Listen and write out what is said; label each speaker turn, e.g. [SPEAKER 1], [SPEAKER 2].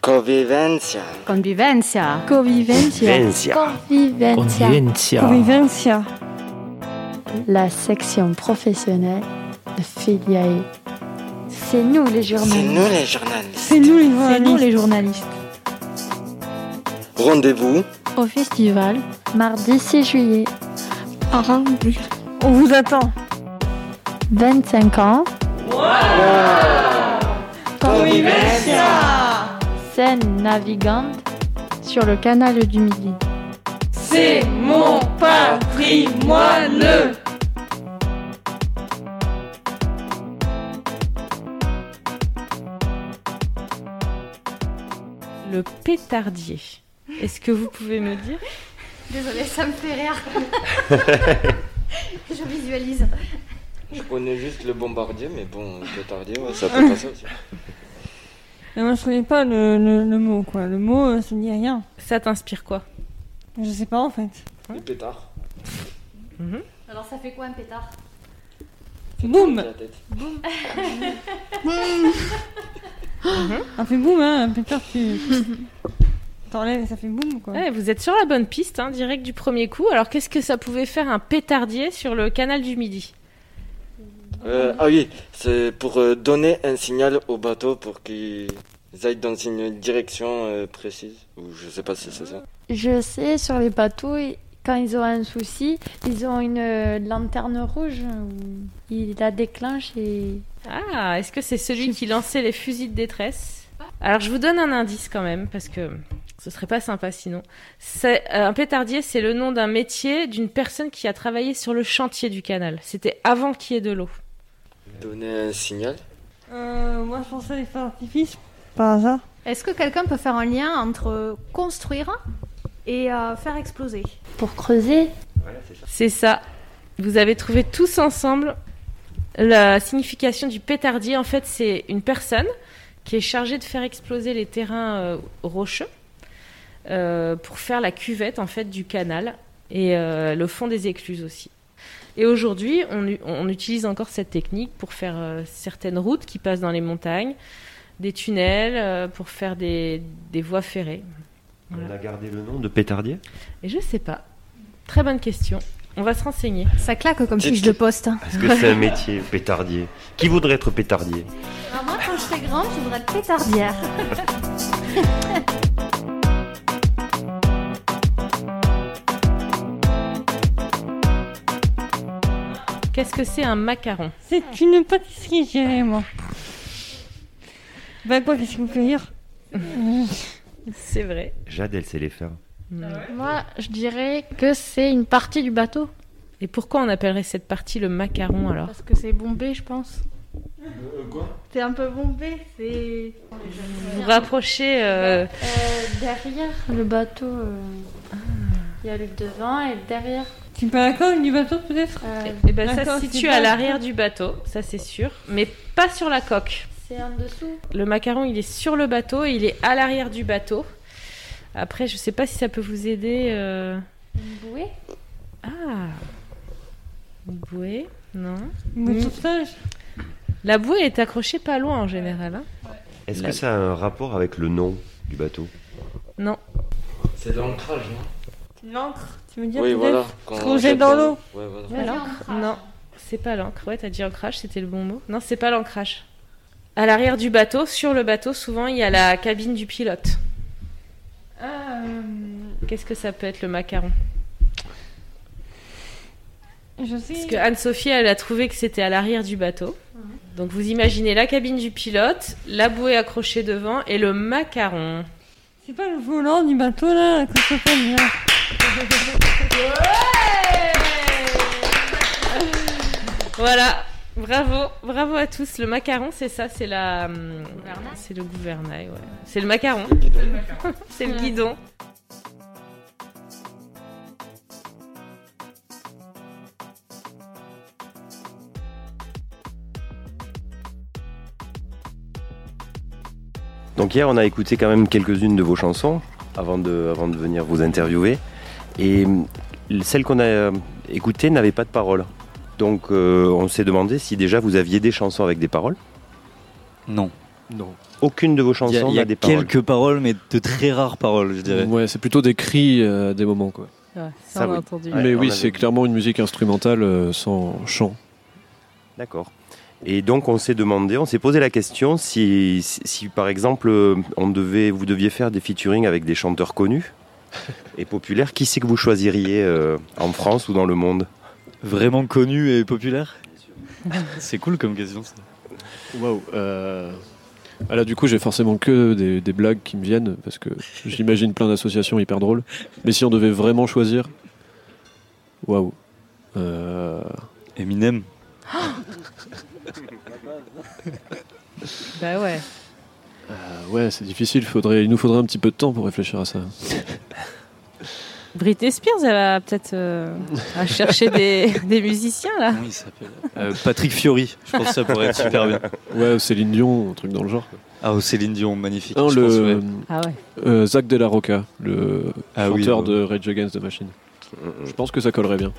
[SPEAKER 1] Convivencia.
[SPEAKER 2] Convivencia.
[SPEAKER 3] Convivencia.
[SPEAKER 4] Convivencia.
[SPEAKER 3] Convivencia.
[SPEAKER 5] Convivencia.
[SPEAKER 4] La section professionnelle de Filiae. C'est nous les
[SPEAKER 1] C'est
[SPEAKER 4] journalistes.
[SPEAKER 1] nous les journalistes.
[SPEAKER 5] C'est nous les
[SPEAKER 2] C'est nous les
[SPEAKER 5] journalistes.
[SPEAKER 2] journalistes.
[SPEAKER 1] Rendez-vous
[SPEAKER 2] Au festival,
[SPEAKER 4] Mardi 6 juillet,
[SPEAKER 5] Ah, hein, On vous attend.
[SPEAKER 4] 25 ans. Scène navigante sur le canal du Midi.
[SPEAKER 6] Le pétardier. Est-ce que vous pouvez me dire
[SPEAKER 7] Désolée, ça me fait rire. Je visualise.
[SPEAKER 1] Je connais juste le bombardier, mais bon, le pétardier, ouais, ça
[SPEAKER 5] Ah.
[SPEAKER 1] peut passer aussi.
[SPEAKER 5] Mais moi, je connais pas le, le- le mot, quoi. Le mot, euh, ça me dit rien.
[SPEAKER 6] Ça t'inspire quoi
[SPEAKER 5] Je sais pas, en fait.
[SPEAKER 1] Le pétard.
[SPEAKER 7] Alors ça fait quoi un pétard
[SPEAKER 5] Boum
[SPEAKER 1] La tête.
[SPEAKER 5] Ça fait boum, hein. Pétard, tu... T'enlèves et ça fait boum, quoi.
[SPEAKER 6] Ouais, Eh, Vous êtes sur la bonne piste, hein, direct du premier coup. Alors qu'est-ce que ça pouvait faire un pétardier sur le canal du Midi
[SPEAKER 1] Euh, ah oui, c'est pour euh, donner un signal au bateau pour qu'ils aillent dans une direction euh, précise. Ou je sais pas si c'est ça.
[SPEAKER 4] Je sais, sur les bateaux, i- quand ils ont un souci, ils ont une euh, lanterne rouge. où Ils la déclenchent et.
[SPEAKER 6] Ah, est-ce que c'est celui qui lançait les fusils de détresse Alors je vous donne un indice quand même, parce que ce serait pas sympa sinon. C'est- euh, un pétardier, c'est le nom d'un métier d'une personne qui a travaillé sur le chantier du canal. C'était avant qu'il y ait de l'eau.
[SPEAKER 1] Donner un signal
[SPEAKER 5] Euh, moi, je pensais à les feux d'artifice. Par hasard.
[SPEAKER 7] Est-ce que quelqu'un peut faire un lien entre construire et euh, faire exploser
[SPEAKER 4] Pour creuser,
[SPEAKER 6] C'est ça. Vous avez trouvé tous ensemble la signification du pétardier. En fait, c'est une personne qui est chargée de faire exploser les terrains euh, rocheux euh, pour faire la cuvette en fait du canal et euh, le fond des écluses aussi. Et aujourd'hui, on, u- on utilise encore cette technique pour faire euh, certaines routes qui passent dans les montagnes, des tunnels, euh, pour faire des, des voies ferrées.
[SPEAKER 8] On a gardé le nom de pétardier
[SPEAKER 6] Et je sais pas. Très bonne question. On va se renseigner.
[SPEAKER 7] Ça claque comme
[SPEAKER 1] Tu-
[SPEAKER 7] fiche de poste.
[SPEAKER 4] hein.
[SPEAKER 8] Est-ce que c'est un métier, pétardier Qui voudrait être pétardier
[SPEAKER 7] Alors moi, quand je serai grande, je voudrais être pétardière.
[SPEAKER 6] Qu'est-ce que c'est un macaron
[SPEAKER 5] C'est
[SPEAKER 6] Ah.
[SPEAKER 5] une pâtisserie, j'irai, moi. Bah, quoi, qu'est-ce qui vous fait rire
[SPEAKER 6] C'est vrai.
[SPEAKER 8] Jade, elle sait les faire.
[SPEAKER 4] moi, je dirais que c'est une partie du bateau.
[SPEAKER 6] Et pourquoi on appellerait cette partie le macaron alors
[SPEAKER 7] Parce que c'est bombé, je pense. quoi C'est un peu bombé, c'est...
[SPEAKER 6] Vous rapprochez. euh,
[SPEAKER 4] derrière le bateau, euh, il y a le devant et derrière.
[SPEAKER 5] Tu peux à la com du bateau, peut-être
[SPEAKER 4] euh,
[SPEAKER 6] eh ben, ça
[SPEAKER 5] D'accord,
[SPEAKER 6] se
[SPEAKER 5] c'est
[SPEAKER 6] situe
[SPEAKER 5] bien.
[SPEAKER 6] à l'arrière du bateau, ça c'est sûr, mais pas sur la coque.
[SPEAKER 4] c'est en dessous.
[SPEAKER 6] Le macaron, il est sur le bateau, il est à l'arrière du bateau. Après, je sais pas si ça peut vous aider. euh,
[SPEAKER 4] Une bouée
[SPEAKER 6] Ah Une bouée Non.
[SPEAKER 5] Une
[SPEAKER 6] Mm.
[SPEAKER 5] sauvetage
[SPEAKER 6] La bouée est accrochée pas loin en général. hein.
[SPEAKER 8] Est-ce
[SPEAKER 6] La-
[SPEAKER 8] que ça a un rapport avec le nom du bateau
[SPEAKER 6] non.
[SPEAKER 1] C'est l'ancrage, non
[SPEAKER 5] L'encre, tu veux dire
[SPEAKER 1] Oui,
[SPEAKER 5] peut-être
[SPEAKER 1] voilà. Quand
[SPEAKER 5] se
[SPEAKER 1] on
[SPEAKER 5] ronger
[SPEAKER 1] jette
[SPEAKER 5] dans l'eau.
[SPEAKER 1] Ouais, voilà.
[SPEAKER 6] Ouais, l'encre. Non, c'est pas l'encre. Ouais, t'as dit ancrage, c'était le bon mot. Non, c'est pas l'ancrage. À l'arrière du bateau, sur le bateau, souvent il y a la cabine du pilote.
[SPEAKER 5] Ah, euh,
[SPEAKER 6] Qu'est-ce que ça peut être le macaron
[SPEAKER 5] je sais.
[SPEAKER 6] Parce que Anne-Sophie, elle a trouvé que c'était à l'arrière du bateau. Donc vous imaginez la cabine du pilote, la bouée accrochée devant et le macaron.
[SPEAKER 5] C'est pas le volant du bateau là, que ça fait là.
[SPEAKER 6] Voilà, bravo, bravo à tous. Le macaron, c'est ça, c'est la, hum, c'est le gouvernail, ouais. C'est le macaron. C'est le guidon.
[SPEAKER 8] Donc hier, on a écouté quand même quelques-unes de vos chansons avant de, avant de venir vous interviewer. Et hum, celles qu'on a euh, écoutées n'avaient pas de paroles. Donc euh, on s'est demandé si déjà vous aviez des chansons avec des paroles.
[SPEAKER 9] Non.
[SPEAKER 3] Non.
[SPEAKER 8] Aucune de vos
[SPEAKER 9] Il y a,
[SPEAKER 8] chansons
[SPEAKER 9] il y a
[SPEAKER 8] n'a des paroles.
[SPEAKER 9] quelques paroles, mais de très rares paroles, je dirais.
[SPEAKER 3] Ouais, c'est plutôt des cris euh, à des moments quoi.
[SPEAKER 6] Ouais, ça,
[SPEAKER 8] Ça,
[SPEAKER 6] on a
[SPEAKER 8] oui.
[SPEAKER 6] entendu.
[SPEAKER 8] Ouais,
[SPEAKER 3] Mais
[SPEAKER 8] on
[SPEAKER 3] oui,
[SPEAKER 8] avait-
[SPEAKER 3] c'est clairement une musique instrumentale euh, sans chant.
[SPEAKER 8] D'accord. Et donc on s'est demandé, on s'est posé la question si, si, si, par exemple euh, on devait, vous deviez faire des featuring avec des chanteurs connus et populaires, qui c'est que vous choisiriez euh, en France ou dans le monde
[SPEAKER 9] Vraiment connu et populaire C'est cool comme question. ça.
[SPEAKER 3] Waouh. Ah là, du coup, j'ai forcément que des, des blagues qui me viennent parce que j'imagine plein d'associations hyper drôles. Mais si on devait vraiment choisir, waouh. Euh,
[SPEAKER 9] Eminem
[SPEAKER 6] Bah ouais.
[SPEAKER 3] euh, ouais, c'est difficile. Faudrait, il nous faudrait un petit peu de temps pour réfléchir à ça.
[SPEAKER 6] Britney Spears, elle va peut-être euh, à chercher des, des musiciens là.
[SPEAKER 9] Comment il s'appelle Euh, Patrick Fiori, je pense que ça pourrait être super bien.
[SPEAKER 3] Ouais, Céline Dion, un truc dans le genre. quoi.
[SPEAKER 9] Ah, oh, Céline Dion, magnifique.
[SPEAKER 3] Non,
[SPEAKER 9] je pense,
[SPEAKER 3] le
[SPEAKER 9] ouais.
[SPEAKER 6] Ah ouais.
[SPEAKER 3] euh, Zach De La Roca, le
[SPEAKER 9] Ah oui, Mm,
[SPEAKER 3] chanteur
[SPEAKER 9] ouais.
[SPEAKER 3] de Rage Against the Machine. Je pense que ça collerait bien.